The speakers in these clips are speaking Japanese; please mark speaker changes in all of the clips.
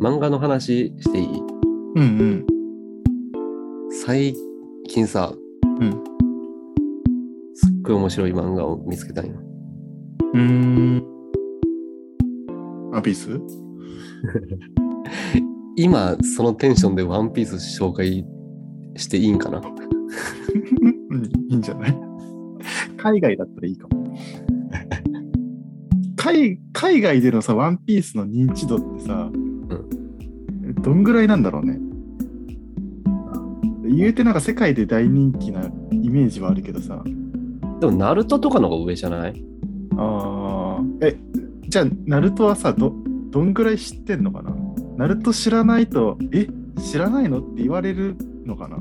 Speaker 1: 漫画の話していい
Speaker 2: うん
Speaker 1: 最近さ、
Speaker 2: うん
Speaker 1: すっごい面白い漫画を見つけたんよ。
Speaker 2: うん。うーん。アビス
Speaker 1: 今、そのテンションでワンピース紹介していいんかな
Speaker 2: うんいいんじゃない海外だったらいいかも。海海外でのさ、ワンピースの認知度ってさ、どんぐらいなんだろうね。言うてなんか世界で大人気なイメージはあるけどさ。
Speaker 1: でも、ナルトとかの方が上じゃない
Speaker 2: ああ。え、じゃあ、ナルトはさ、ど、どんぐらい知ってんのかなナルト知らないと、え、知らないのって言われるのかな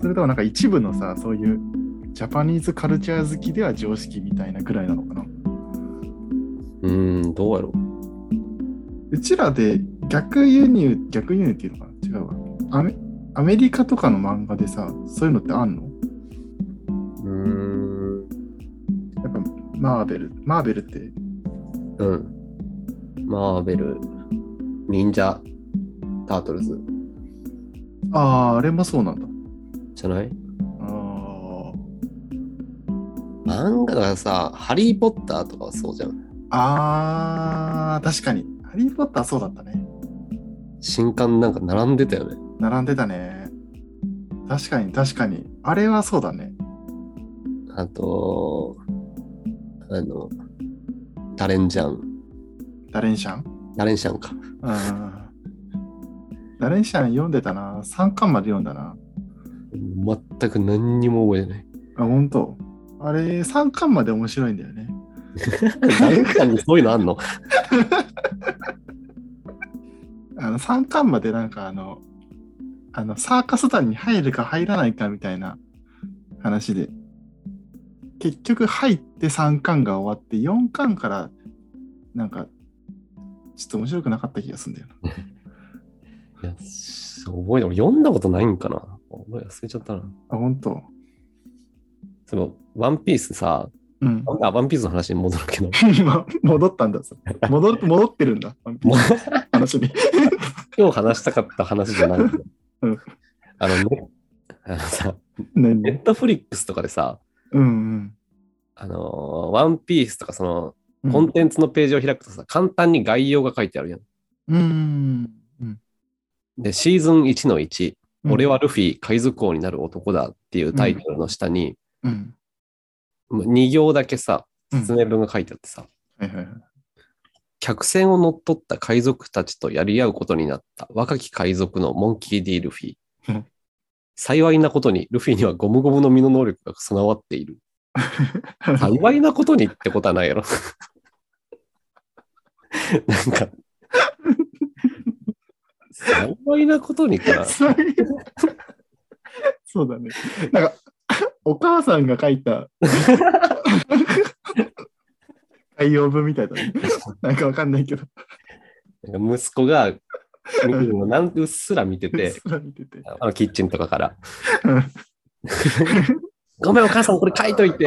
Speaker 2: それともなんか一部のさ、そういうジャパニーズカルチャー好きでは常識みたいなくらいなのかな
Speaker 1: うーん、どうやろ
Speaker 2: うちらで逆輸入、逆輸入っていうのかな違うわアメ。アメリカとかの漫画でさ、そういうのってあんの
Speaker 1: う。うー
Speaker 2: やっぱマーベル、マーベルって、
Speaker 1: ん、うん。マーベル、忍者、タートルズ
Speaker 2: ああ、あれもそうなんだ。
Speaker 1: じゃない
Speaker 2: あー
Speaker 1: 漫画だからさ、ハリー・ポッターとかはそうじゃん。
Speaker 2: あー、確かに。ハリー・ポッターそうだったね。
Speaker 1: 新刊なんか並んでたよね。
Speaker 2: 並んでたね。確かに、確かに。あれはそうだね。
Speaker 1: あと、あの、ダレンジャン。
Speaker 2: ダレンシャン。
Speaker 1: ダレンシャンか。
Speaker 2: うん。ダレンシャン読んでたな。3巻まで読んだな。
Speaker 1: 全く何にも覚えてない。
Speaker 2: あ、ほんと。あれ、3巻まで面白いんだよ ね。
Speaker 1: ダレンシャンにそういうのあんの
Speaker 2: あの3巻までなんかあの、あのサーカス団に入るか入らないかみたいな話で、結局入って3巻が終わって、4巻からなんか、ちょっと面白くなかった気がするんだよな。
Speaker 1: いや、し覚えて、俺読んだことないんかな覚え忘れちゃったな。
Speaker 2: あ、本当
Speaker 1: その、ワンピースさ、
Speaker 2: うん。
Speaker 1: あワンピースの話に戻るけど、
Speaker 2: 今、戻ったんだ。それ戻っ戻ってるんだ。
Speaker 1: もう
Speaker 2: 話に。
Speaker 1: 今日話したかった話じゃない。
Speaker 2: うん
Speaker 1: あの、ね、あのさ、
Speaker 2: 何
Speaker 1: ネットフリックスとかでさ、
Speaker 2: うん
Speaker 1: あのーワンピースとかその、
Speaker 2: うん。
Speaker 1: コンテンツのページを開くとさ、簡単に概要が書いてあるやん。
Speaker 2: うん。うん。
Speaker 1: で、シーズン1の1、
Speaker 2: うん
Speaker 1: 俺はルフィ、海賊王になる男だっていうタイトルの下に、
Speaker 2: うん。
Speaker 1: 2行だけさ、
Speaker 2: うん
Speaker 1: 説明文が書いてあってさ、
Speaker 2: はいはいはい。
Speaker 1: 客船を乗っ取った海賊たちとやり合うことになった若き海賊のモンキー・ D ・ルフィ
Speaker 2: うん。
Speaker 1: 幸いなことに、ルフィにはゴムゴムの身の能力が備わっている。幸いなことにってことはないやろ。 なんか、幸いなことにかな。
Speaker 2: そう そうだね。なんか、お母さんが書いた概要文みたいだね。なんかわかんないけど。
Speaker 1: なんか息子が見てるのなんうっすら見てて、
Speaker 2: そう見てて
Speaker 1: あのキッチンとかから
Speaker 2: うん。
Speaker 1: ごめん、お母さん、これ書いといて。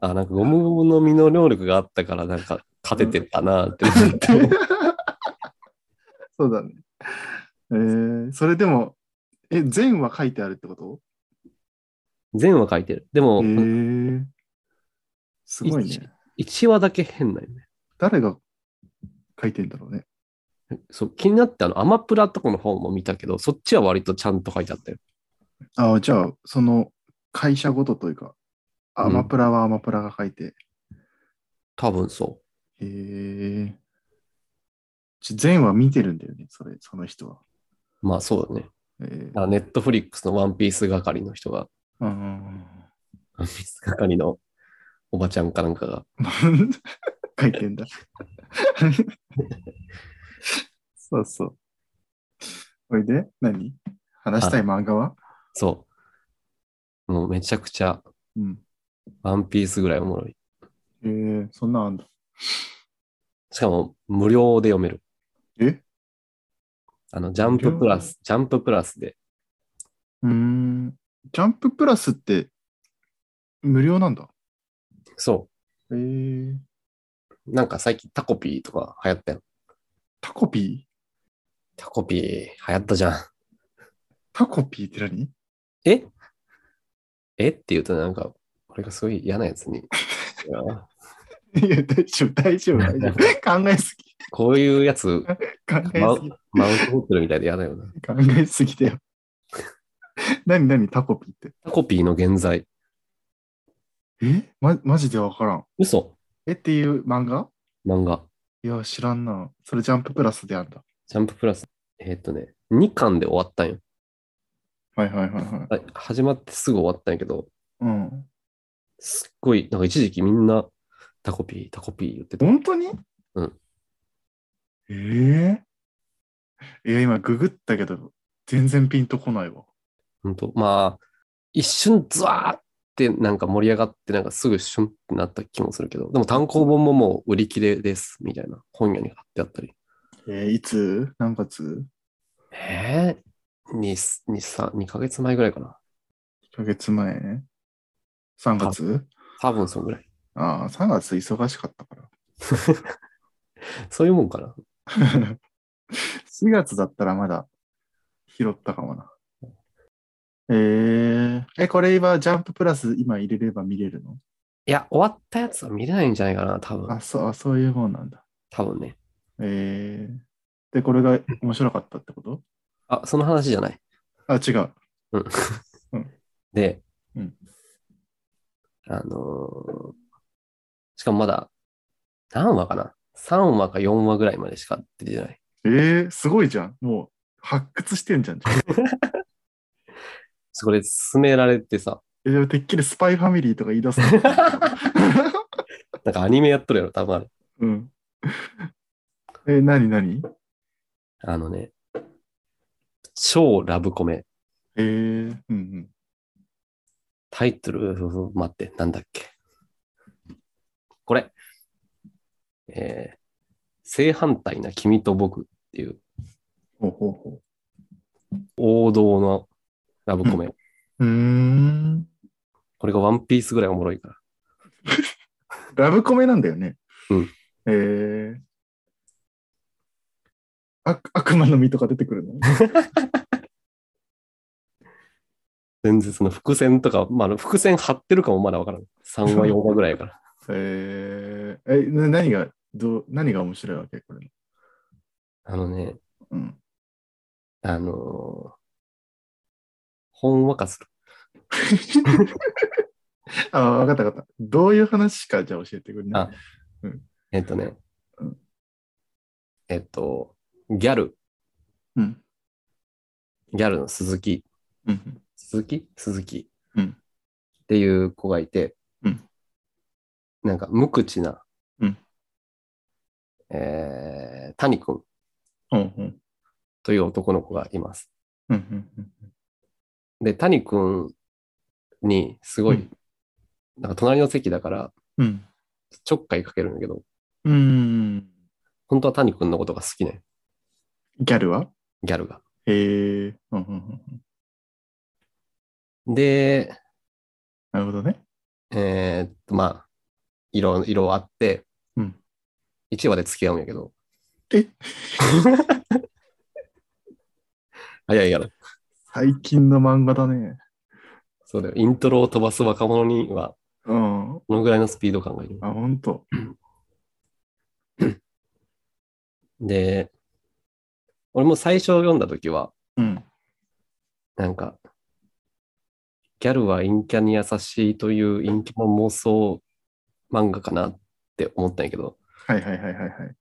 Speaker 1: あ、なんかゴムゴムの身の能力があったから、なんか勝ててたなって思って。
Speaker 2: そうだね。えー、それでも、え、全は書いてあるってこと
Speaker 1: 全話書いてる。で
Speaker 2: え
Speaker 1: も、
Speaker 2: ー、すごいね。
Speaker 1: 1話だけ変なんよね。
Speaker 2: 誰が書いてんだろうね。
Speaker 1: そう、気になって、あの、アマプラとかの方も見たけど、そっちは割とちゃんと書いてあったよ。
Speaker 2: ああ、じゃあ、その会社ごとというか、
Speaker 1: うん
Speaker 2: アマプラはアマプラが書いて。
Speaker 1: 多分そ
Speaker 2: へえ。ち全は見てるんだよね、それ、その人は。
Speaker 1: う。まあそうだね。
Speaker 2: えー
Speaker 1: ネットフリックスのワンピース係の人が、
Speaker 2: うん
Speaker 1: ワンピース係のおばちゃんかなんかが、
Speaker 2: 書いてんだ。そうそう。おいで、何話したい漫画は
Speaker 1: そう。もうめちゃくちゃ、
Speaker 2: うん。
Speaker 1: ワンピースぐらいおもろい。
Speaker 2: えー、そんなんあんだ。
Speaker 1: しかも、無料で読める。
Speaker 2: え
Speaker 1: あの、ジャンププラス、ジャンププラスで、
Speaker 2: うーん。ジャンププラスって無料なんだ。
Speaker 1: そ
Speaker 2: えー、
Speaker 1: う。なんか最近タコピーとか流行ったよ。
Speaker 2: タコピー
Speaker 1: タコピー流行ったじゃん。
Speaker 2: タコピーって何
Speaker 1: ええって言うとなんか、俺がすごい嫌なや つに。いや
Speaker 2: いや、大丈夫、大丈夫、大丈夫。 考えすぎ。
Speaker 1: こういうや つ、
Speaker 2: 考え
Speaker 1: マウ
Speaker 2: すぎ。
Speaker 1: マウントホテルみたいで嫌だよな。
Speaker 2: 考えすぎだよ。 何何タコピーって。
Speaker 1: タコピーの現在。
Speaker 2: えま、マジでわからん。
Speaker 1: 嘘
Speaker 2: えっていう漫画
Speaker 1: 漫画。
Speaker 2: いや、知らんな。それジャンププラスであんだ。
Speaker 1: ジャンププラス。えーっとね、2巻で終わったんよ。
Speaker 2: はいはいはいはい。
Speaker 1: あ始まってすぐ終わったんやけど、
Speaker 2: うん。
Speaker 1: すっごい、なんか一時期みんなタコピー、タコピー言ってた。
Speaker 2: 本当に
Speaker 1: うん。
Speaker 2: ええいや、今ググったけど、全然ピンとこないわ。
Speaker 1: 本当まあ、一瞬ズワーってなんか盛り上がって、なんかすぐシュンってなった気もするけど、でも単行本ももう売り切れです、みたいな本屋に貼ってあったり。
Speaker 2: えーいつ何月
Speaker 1: えぇ、ー、?2、3、2ヶ月前ぐらいかな。
Speaker 2: ?1 ヶ月前 ?3 月
Speaker 1: 多分そのぐらい。
Speaker 2: ああ、3月忙しかったから。
Speaker 1: そういうもんかな。
Speaker 2: 4月 だったらまだ拾ったかもな。えー、え、これはジャンププラス今入れれば見れるの
Speaker 1: いや、終わったやつは見れないんじゃないかな、多分
Speaker 2: あ、。そう、あそういう方なんだ。
Speaker 1: 多分ね。
Speaker 2: えー、で、これが面白かったってこと
Speaker 1: あ、その話じゃない。
Speaker 2: あ、違う。
Speaker 1: で、
Speaker 2: うん
Speaker 1: あのーしかもまだ、何話かな ?3 話か4話ぐらいまでしか出てない。
Speaker 2: えー、すごいじゃん。もう発掘してんじゃん。
Speaker 1: そこで進められて さ、
Speaker 2: えー、てっきりスパイファミリーとか言い出す のかな
Speaker 1: なんかアニメやっとるやろ、多分あれ。
Speaker 2: うん。えー、なになに
Speaker 1: あのね、超ラブコメ。
Speaker 2: えー、うんうん。
Speaker 1: タイトル、待って、なんだっけ。これ。えー正反対な君と僕っていう
Speaker 2: ほうほうほ
Speaker 1: 王道のラブコメ。
Speaker 2: う。うーん。
Speaker 1: これがワンピースぐらいおもろいから。
Speaker 2: ラブコメなんだよね。
Speaker 1: うん。
Speaker 2: えー。悪悪魔の実とか出て くるの
Speaker 1: 全然その伏線とか、まああの、伏線張ってるかもまだわからん。3話、4話 ぐらいやから。
Speaker 2: えー、え、な何が、どう、何が面白いわけこれの。
Speaker 1: あのね、
Speaker 2: うん。
Speaker 1: あのー、ほんわかする。
Speaker 2: あ、わかったわかった。どういう話か、じゃあ教えてくれね。
Speaker 1: あえっとね
Speaker 2: うん、
Speaker 1: えっと、ギャル、
Speaker 2: うん。
Speaker 1: ギャルの鈴木、
Speaker 2: うん。
Speaker 1: 鈴木鈴木
Speaker 2: うん
Speaker 1: っていう子がいて、
Speaker 2: うん
Speaker 1: なんか無口な、
Speaker 2: うん
Speaker 1: えー、谷君
Speaker 2: ほうほう。
Speaker 1: という男の子がいます。
Speaker 2: うんうんうん
Speaker 1: で、谷君にすごい、
Speaker 2: うん
Speaker 1: なんか隣の席だから
Speaker 2: うん。
Speaker 1: ちょっかいかけるんだけど、
Speaker 2: うん。
Speaker 1: 本当は谷君のことが好きね、
Speaker 2: ギャルは
Speaker 1: ギャルが。
Speaker 2: へえー。うんうんうんうん
Speaker 1: で、
Speaker 2: なるほどね。
Speaker 1: えーっと、まあ、色、色あって、
Speaker 2: うん
Speaker 1: 1話で付き合うんやけど。
Speaker 2: え
Speaker 1: 早いやろ。
Speaker 2: 最近の漫画だね。
Speaker 1: そうだよ。イントロを飛ばす若者には、
Speaker 2: うん。あ、
Speaker 1: このぐらいのスピード感がいる。
Speaker 2: ほんと。
Speaker 1: で、俺も最初読んだ時は、
Speaker 2: うん。
Speaker 1: なんか、ギャルは陰キャに優しいという陰キャの妄想漫画かなって思ったんやけど、
Speaker 2: はいはいはいはいはい。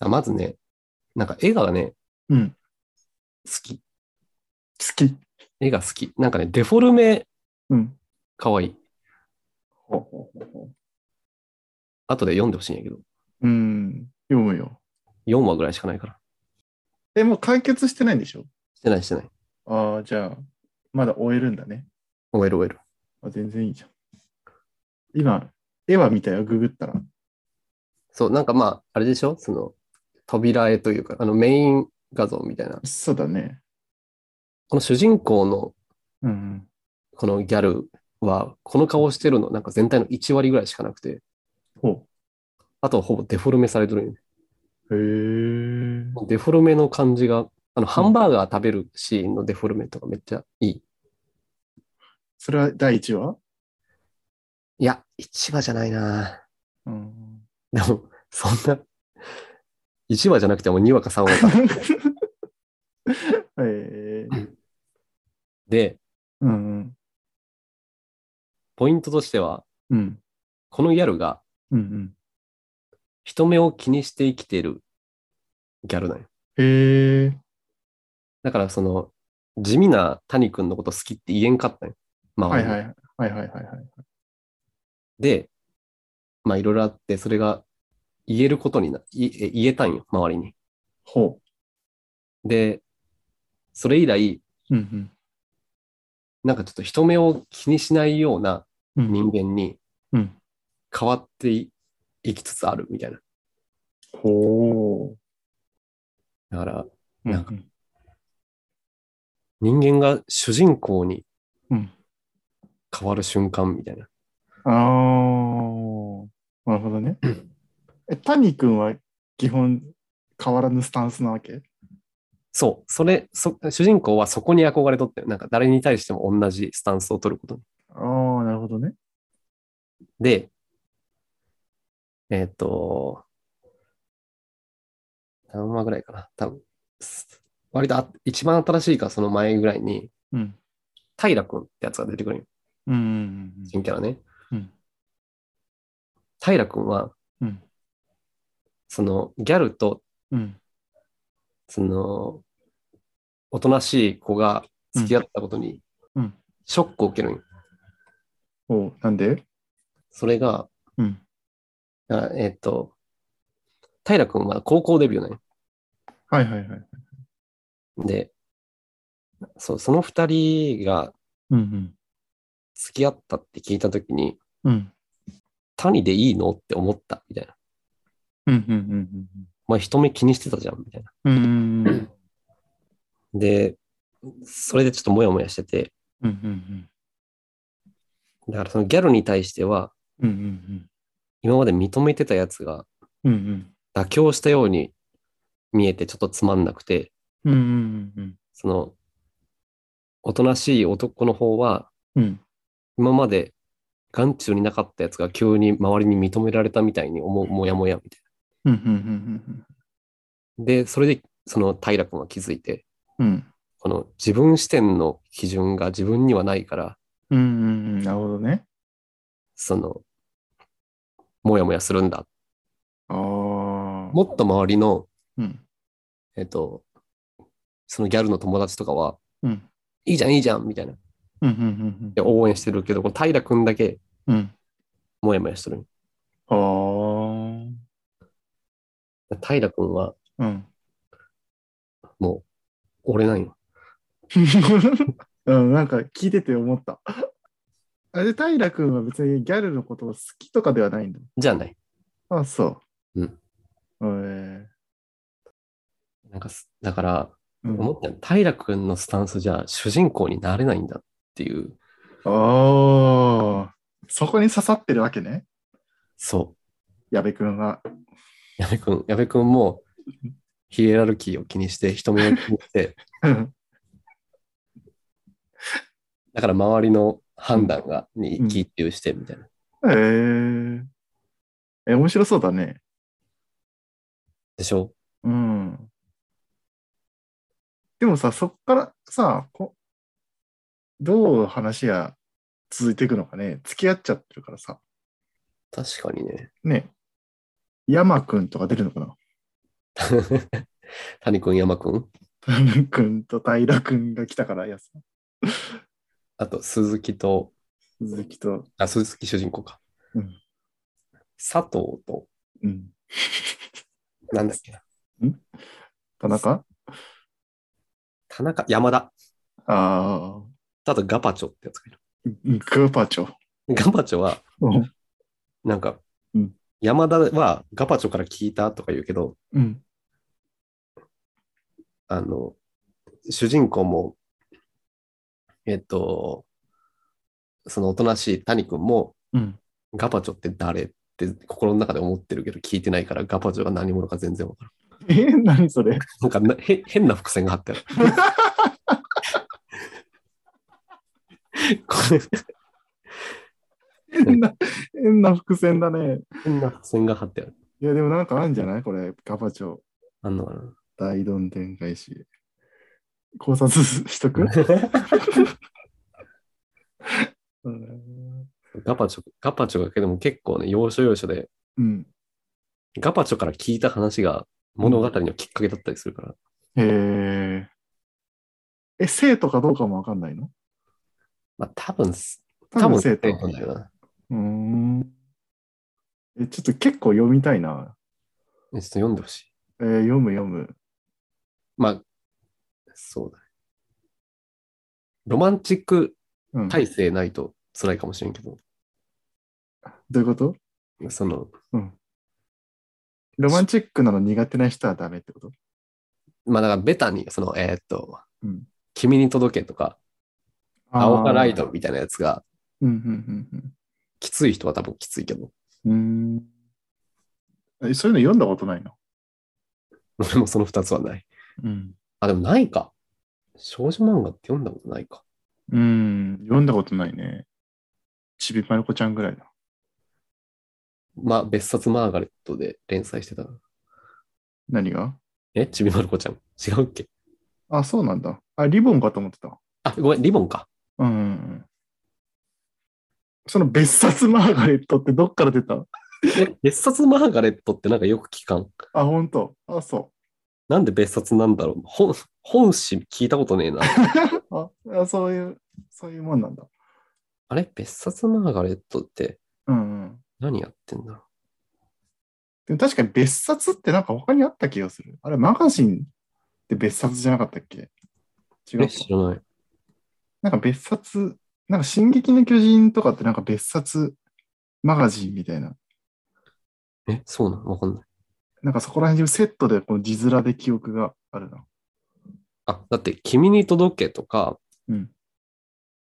Speaker 1: あまずね、なんか絵がね、
Speaker 2: うん。好
Speaker 1: 好き。
Speaker 2: き。
Speaker 1: 絵が好き。なんかね、デフォルメ
Speaker 2: うん。
Speaker 1: かわいい。
Speaker 2: ほうほうほうほ
Speaker 1: 後で読んでほしいんやけど、
Speaker 2: う。うん。読むよ。
Speaker 1: 4話ぐらいしかないから。
Speaker 2: え、もう完結してないんでしょ
Speaker 1: してないしてない。
Speaker 2: ああ、じゃあ、まだ終えるんだね。
Speaker 1: 終える終える。
Speaker 2: あ全然いいじゃん。今、絵は見たよ、ググったら。
Speaker 1: そう、なんかまあ、あれでしょその、扉絵というか、あのメイン画像みたいな。
Speaker 2: そうだね。
Speaker 1: この主人公の
Speaker 2: うん
Speaker 1: このギャルは、この顔してるの、なんか全体の1割ぐらいしかなくて、
Speaker 2: うん。ほ
Speaker 1: あとはほぼデフォルメされてるよね。
Speaker 2: へえ。
Speaker 1: デフォルメの感じが、あの、ハンバーガー食べるシーンのデフォルメとかめっちゃいい。
Speaker 2: それは第一話
Speaker 1: いや、1話じゃないな
Speaker 2: うん。
Speaker 1: でも、そんな、1話じゃなくても2話か3話 か。
Speaker 2: へえ。
Speaker 1: で、
Speaker 2: うん
Speaker 1: ポイントとしては、
Speaker 2: うん。うん。
Speaker 1: このギャルが
Speaker 2: うんうん。
Speaker 1: 人目を気にして生きてるギャルなんよ
Speaker 2: へえ。
Speaker 1: だから、その、地味な谷君のこと好きって言えんかったんよ。まあ、
Speaker 2: はいはい。はいはいはいはい。
Speaker 1: で、まあ、いろいろあって、それが言えることにな、いえ言えたんよ、周りに。
Speaker 2: ほ
Speaker 1: で、それ以来、
Speaker 2: う。うん
Speaker 1: なんかちょっと人目を気にしないような
Speaker 2: うん。うん
Speaker 1: 人間に
Speaker 2: うん。
Speaker 1: 変わっていいきつつあるみたいな。
Speaker 2: ほ
Speaker 1: だから、
Speaker 2: う。
Speaker 1: なんか人間が主人公に
Speaker 2: うん
Speaker 1: 変わる瞬間みたいな。
Speaker 2: ああ、なるほどね。え、谷君は基本変わらぬスタンスなわけ
Speaker 1: そう、それそ、主人公はそこに憧れとってる、なんか誰に対しても同じスタンスを取ることに。
Speaker 2: ああ、なるほどね。
Speaker 1: で、えっ、と、何話ぐらいかな、多分す割とあ一番新しいか、その前ぐらいに、
Speaker 2: うん。
Speaker 1: 平君ってやつが出てくるんよ
Speaker 2: うんうん
Speaker 1: 新キャラね。
Speaker 2: うん
Speaker 1: 平君は、
Speaker 2: うん
Speaker 1: そのギャルと、
Speaker 2: うん。うん。
Speaker 1: その、おとなしい子が付き合ったことに
Speaker 2: うん、
Speaker 1: ショックを受けるんよ
Speaker 2: おうなんで
Speaker 1: それが、
Speaker 2: うん。
Speaker 1: あえっ、と、平君は高校デビューなんよ
Speaker 2: はいはいはい。
Speaker 1: で、そう、その二人が
Speaker 2: うん
Speaker 1: 付き合ったって聞いたときに、
Speaker 2: うん。うん。
Speaker 1: 谷でいいのって思った、みたいな。
Speaker 2: うんうん
Speaker 1: お前人目気にしてたじゃん、みたいな。
Speaker 2: うんうん。うんうんうん。
Speaker 1: で、それでちょっとモヤモヤしてて、
Speaker 2: うんうん
Speaker 1: だからそのギャルに対しては、
Speaker 2: うん。うんうん
Speaker 1: 今まで認めてたやつが
Speaker 2: うん。うんうん。
Speaker 1: 妥協したように見えてちょっとつまんなくて、
Speaker 2: うんうんうん
Speaker 1: その、おとなしい男の方は、
Speaker 2: うん。
Speaker 1: 今まで眼中になかったやつが急に周りに認められたみたいに思う、モヤモヤみたいな。
Speaker 2: うんうんうん
Speaker 1: で、それで、その平君は気づいて、
Speaker 2: うん。うん。
Speaker 1: この自分視点の基準が自分にはないから、
Speaker 2: うんうんうん。なるほどね。
Speaker 1: その、もやもやするんだ。
Speaker 2: ああ。も
Speaker 1: もっと周りの、
Speaker 2: うん。
Speaker 1: えっと、そのギャルの友達とかは、
Speaker 2: うん。
Speaker 1: いいじゃん、いいじゃん、みたいな。
Speaker 2: うんうん
Speaker 1: で、応援してるけど、この平君だけ、
Speaker 2: うん。うん。
Speaker 1: もやもやしてる。
Speaker 2: ああ。
Speaker 1: 平君は、
Speaker 2: うん。
Speaker 1: もう、俺なんよ。
Speaker 2: うん、なんか聞いてて思った。あれ、平君は別にギャルのことを好きとかではないんだ。
Speaker 1: じゃない。
Speaker 2: あ、そう。
Speaker 1: うん。
Speaker 2: え
Speaker 1: なんかす、だから、
Speaker 2: ーうん、
Speaker 1: 思ったよ平君のスタンスじゃ、主人公になれないんだっていう、
Speaker 2: ああ、そこに刺さってるわけね。
Speaker 1: そう。
Speaker 2: 矢部君 は。
Speaker 1: 矢部君、矢部君も、ヒエラルキーを気にして、人目を気にして、
Speaker 2: うん
Speaker 1: だから周りの判断が、に一喜一憂してみたいな。
Speaker 2: えー、え、面白そうだね。
Speaker 1: でしょ
Speaker 2: うん。でもさ、そっからさ、こどう話が続いていくのかね。付き合っちゃってるからさ。
Speaker 1: 確かにね。
Speaker 2: ね、山くんとか出るのかな
Speaker 1: 谷君、山君、
Speaker 2: 山くんと平くんが来たから、やす
Speaker 1: あと鈴木と、
Speaker 2: 鈴木と。
Speaker 1: あ、鈴木主人公か。
Speaker 2: うん
Speaker 1: 佐藤と、
Speaker 2: うん。
Speaker 1: なんだっけな。
Speaker 2: 田中
Speaker 1: 田中、山田。
Speaker 2: ああ。
Speaker 1: あとガパチョってやつがいる。
Speaker 2: グーパーチョ。
Speaker 1: ガパチョは、
Speaker 2: うん
Speaker 1: なんか、
Speaker 2: うん
Speaker 1: 山田はガパチョから聞いたとか言うけど、
Speaker 2: うん。
Speaker 1: あの、主人公も、えっと、そのおとなしい谷君も、
Speaker 2: うん。
Speaker 1: ガパチョって誰って心の中で思ってるけど聞いてないからガパオジョが何者か全然わからん。
Speaker 2: え、何それ
Speaker 1: なんかなへ変な伏線があったよ。これ
Speaker 2: 変な、変な伏線だね。
Speaker 1: 変な伏線が張ってある。
Speaker 2: いや、でもなんかあるんじゃないこれ、ガパチョ、
Speaker 1: あんのかな
Speaker 2: 大どんでん返し。考察し とくうん
Speaker 1: ガパチョ、ガパチョがけども結構ね、要所要所で、
Speaker 2: うん。
Speaker 1: ガパチョから聞いた話が物語のきっかけだったりするから、
Speaker 2: へえ。え、生徒かどうかもわかんないの
Speaker 1: まあ多分す、
Speaker 2: 多分生徒。
Speaker 1: なんだよな。
Speaker 2: うーん。え、ちょっと結構読みたいな。
Speaker 1: えちょっと読んでほしい。
Speaker 2: えー読む読む。
Speaker 1: まあ、そうだね。ロマンチック
Speaker 2: うん、
Speaker 1: 体制ないと辛いかもしれんけど、
Speaker 2: どういうこと
Speaker 1: その、
Speaker 2: ロマンチックなの苦手な人はダメってこと
Speaker 1: まあだからベタに、その、えーっと、
Speaker 2: うん
Speaker 1: 君に届けとか、青がライド。みたいなやつが、
Speaker 2: うんうんうん
Speaker 1: きつい人は多分きついけど、
Speaker 2: うん。うーん。えそういうの読んだことないの
Speaker 1: 俺もその2つはない。
Speaker 2: うん。
Speaker 1: あ、でもないか。少女漫画って読んだことないか。
Speaker 2: うん。読んだことないね。ちびまる子ちゃんぐらいだ。
Speaker 1: まあ、別冊マーガレットで連載してたな。
Speaker 2: 何が
Speaker 1: えちびまる子ちゃん。違うっけ
Speaker 2: あ、そうなんだ。あ、リボンかと思ってた。
Speaker 1: あ、ごめん、リボンか。
Speaker 2: うんうんうん。その別冊マーガレットってどっから出た
Speaker 1: え別冊マーガレットってなんかよく聞かん。
Speaker 2: あ、ほんと。あ、そ
Speaker 1: なんで別冊なんだろう。本、本誌聞いたことねえ な。
Speaker 2: う。あ、あそういう、そういうもんなんだ。
Speaker 1: あれ別冊マーガレットって
Speaker 2: うんうん。
Speaker 1: 何やってんだろう。
Speaker 2: でも確かに別冊ってなんか他にあった気がする。あれ、マガジンって別冊じゃなかったっけ違う
Speaker 1: え、
Speaker 2: か。
Speaker 1: 知らない。
Speaker 2: なんか別冊、なんか進撃の巨人とかってなんか別冊マガジンみたいな。
Speaker 1: え、そうなのわかんない。
Speaker 2: なんかそこら辺でセットでこの字面で記憶があるな。
Speaker 1: あ、だって、君に届けとか、
Speaker 2: うん。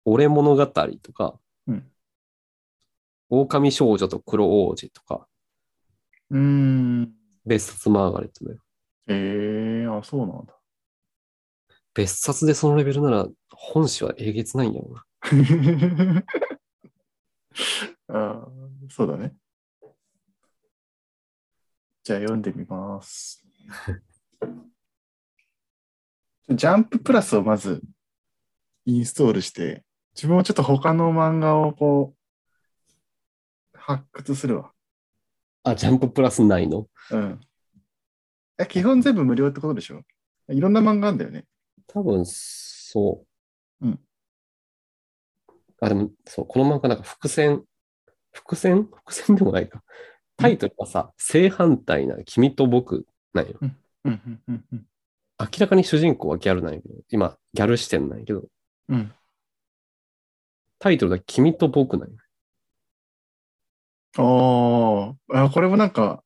Speaker 1: 俺物語とか、
Speaker 2: うん
Speaker 1: 狼少女と黒王子とか、
Speaker 2: うーん。
Speaker 1: 別冊マーガレットだよ。
Speaker 2: えー、あ、そうなんだ。
Speaker 1: 別冊でそのレベルなら、本誌はえげつないんやろな。
Speaker 2: あーそうだね。じゃあ読んでみます。 ジャンププラスをまずインストールして、自分もちょっと他の漫画をこう、発掘するわ。
Speaker 1: あ、ジャンププラスないの
Speaker 2: うん。え基本全部無料ってことでしょいろんな漫画あんだよね。
Speaker 1: 多分、そう。
Speaker 2: うん。
Speaker 1: あ、でも、そう、この漫画なんか伏線、伏線伏線でもないか。タイトルがさ、正反対な君と僕なんよ。
Speaker 2: うん、うん、うん、うん。
Speaker 1: 明らかに主人公はギャルなんやけど、今、ギャル視点なんやけど、
Speaker 2: うん。
Speaker 1: タイトルが君と僕なんよ。
Speaker 2: あーあ、これもなんか、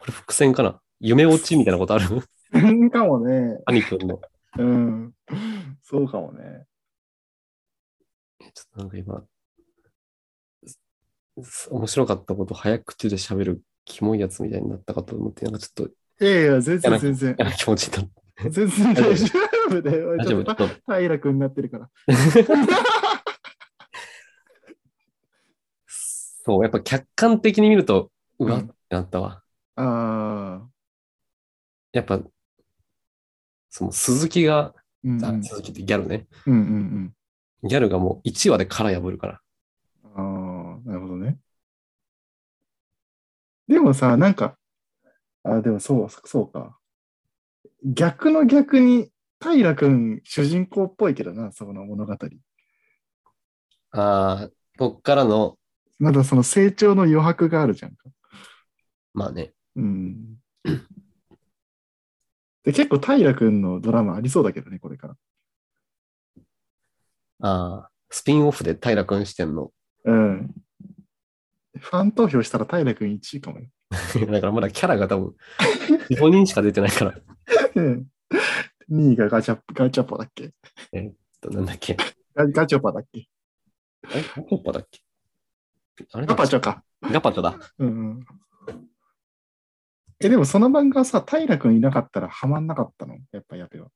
Speaker 1: これ伏線かな夢落ちみたいなこと ある
Speaker 2: かもね。
Speaker 1: 兄くんの。
Speaker 2: うん。そうかもね。
Speaker 1: えちょっとなんか今、す面白かったこと早口で喋るキモいやつみたいになったかと思って、なんかちょっと
Speaker 2: いやいや、全然全然。
Speaker 1: 嫌な気持ちになった。
Speaker 2: 全然大丈夫だよ。
Speaker 1: 大
Speaker 2: ち
Speaker 1: 丈
Speaker 2: ょ
Speaker 1: 夫
Speaker 2: っ
Speaker 1: ちょっ
Speaker 2: と
Speaker 1: と
Speaker 2: 平君になってるから。
Speaker 1: そう、やっぱ客観的に見ると、うわ
Speaker 2: う
Speaker 1: っ
Speaker 2: ん
Speaker 1: てなったわ。
Speaker 2: ああ。
Speaker 1: やっぱ、その鈴木が、
Speaker 2: うんうん
Speaker 1: あ鈴木ってギャルね。
Speaker 2: うんうん
Speaker 1: ギャルがもう1話で殻破るから。
Speaker 2: うん。ああ、なるほどね。でもさ、なんか、あでもそう、そうか。逆の逆に、平君、主人公っぽいけどな、その物語。
Speaker 1: ああ、こっからの、
Speaker 2: まだその成長の余白があるじゃんか。
Speaker 1: まあね、
Speaker 2: うん。で、結構平君のドラマありそうだけどね、これから。
Speaker 1: ああ、スピンオフで平君視点の、
Speaker 2: うん。ファン投票したら平君1位かもよ。
Speaker 1: だからまだキャラが多分、5人しか出てないから、
Speaker 2: 2位がガチャガチャパだっけ
Speaker 1: なんだっけ。
Speaker 2: ガガチョパだっけ
Speaker 1: あれガチョッパだっけあれ
Speaker 2: ガ
Speaker 1: だ
Speaker 2: パチョか。
Speaker 1: ガパチョだ。
Speaker 2: うんうん。え、でもその漫画はさ、平君いなかったらハマんなかったのやっぱやべは。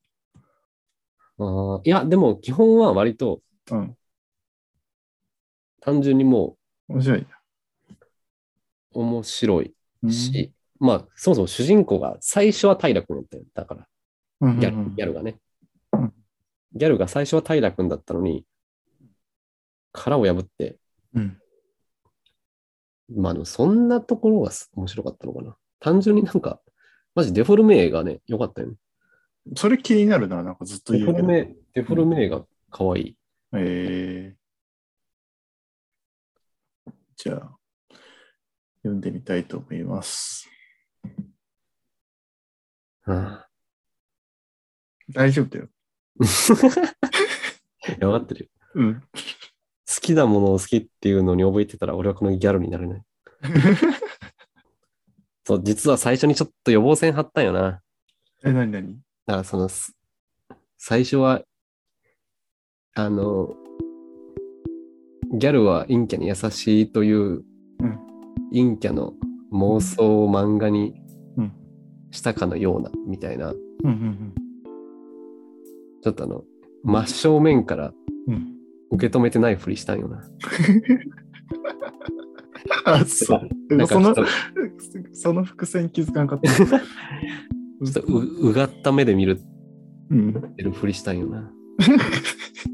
Speaker 1: あーいや、でも基本は割と
Speaker 2: うん。
Speaker 1: 単純にも
Speaker 2: 面白い。
Speaker 1: う面白いうし、まあそもそも主人公が最初は平君だったよ。だから、
Speaker 2: ん、
Speaker 1: ギャ
Speaker 2: うんうんう
Speaker 1: ル
Speaker 2: ん
Speaker 1: ギャルがね
Speaker 2: うん。
Speaker 1: ギャルが最初は平君だったのに、殻を破って、
Speaker 2: うん。
Speaker 1: まあでもそんなところがす面白かったのかな。単純になんか、マジデフォルメ映画ね、良かったよね。
Speaker 2: それ気になるな、なんかずっと
Speaker 1: デ
Speaker 2: 言
Speaker 1: フォ
Speaker 2: うけ
Speaker 1: ル
Speaker 2: ど。
Speaker 1: メ、デフォルメ映画可愛い。
Speaker 2: えーじゃあ、読んでみたいと思います。
Speaker 1: うん。
Speaker 2: 大丈夫だよ。
Speaker 1: いや、分かってるよ。
Speaker 2: うん。
Speaker 1: 好きなものを好きっていうのに覚えてたら、俺はこのギャルになれない。そう、実は最初にちょっと予防線張ったんよな。
Speaker 2: え、なになに
Speaker 1: だからその、す最初は、あの、ギャルは陰キャに優しいという、
Speaker 2: うん
Speaker 1: 陰キャの妄想を漫画に
Speaker 2: うん
Speaker 1: したかのような、みたいな、
Speaker 2: うんうん
Speaker 1: ちょっとあの、真正面から
Speaker 2: うん。うん。
Speaker 1: 受け止めてないふりしたんよな。
Speaker 2: あ、そう。で
Speaker 1: な
Speaker 2: も
Speaker 1: んか
Speaker 2: そ
Speaker 1: ちょっ
Speaker 2: の
Speaker 1: と、、ち
Speaker 2: その伏線気づかん かった。
Speaker 1: ょっとううがった目で見る
Speaker 2: うん。
Speaker 1: 見るふりしたんよな。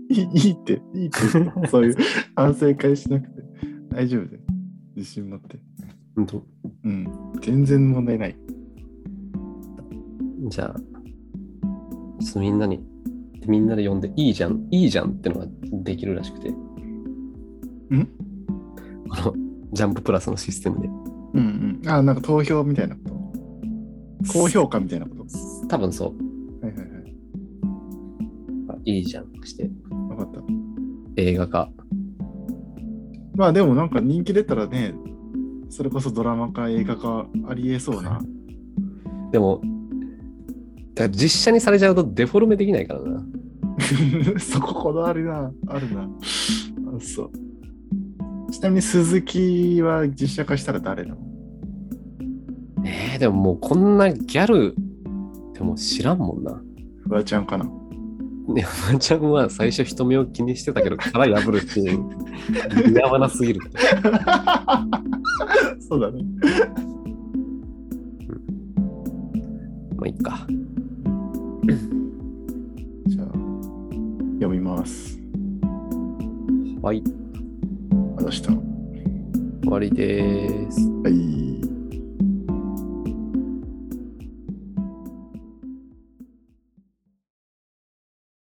Speaker 2: いいいいって、いいって、そ ういう反省会しなくて。大丈夫だよ。自信持って。
Speaker 1: ほんと
Speaker 2: うん。全然問題ない。
Speaker 1: じゃあ、ちょっとみんなに、みんなで呼んで、いいじゃん、いいじゃんってのができるらしくて。んあの、ジャンププラスのシステムで。
Speaker 2: うんうん。あ、なんか投票みたいなこと。高評価みたいなこと。
Speaker 1: 多分そう。
Speaker 2: はいはいはい。
Speaker 1: あいいじゃんして、
Speaker 2: 分かった。
Speaker 1: 映画化。
Speaker 2: まあでもなんか人気出たらね、それこそドラマか映画かありえそうな。
Speaker 1: でも、だから実写にされちゃうとデフォルメできないからな。
Speaker 2: そここだわりな、あるな。あそう。ちなみに鈴木は実写化したら誰なの
Speaker 1: えー、でももうこんなギャル、でも知らんもんな。
Speaker 2: フワちゃんかな。
Speaker 1: ね、フワちゃんは最初人目を気にしてたけど、殻破るっていう、似合わなすぎるって。
Speaker 2: そうだね。
Speaker 1: まあ、いっか。
Speaker 2: じゃあ、読みます。
Speaker 1: はい、
Speaker 2: あした。は
Speaker 1: 終わりでーす。
Speaker 2: い。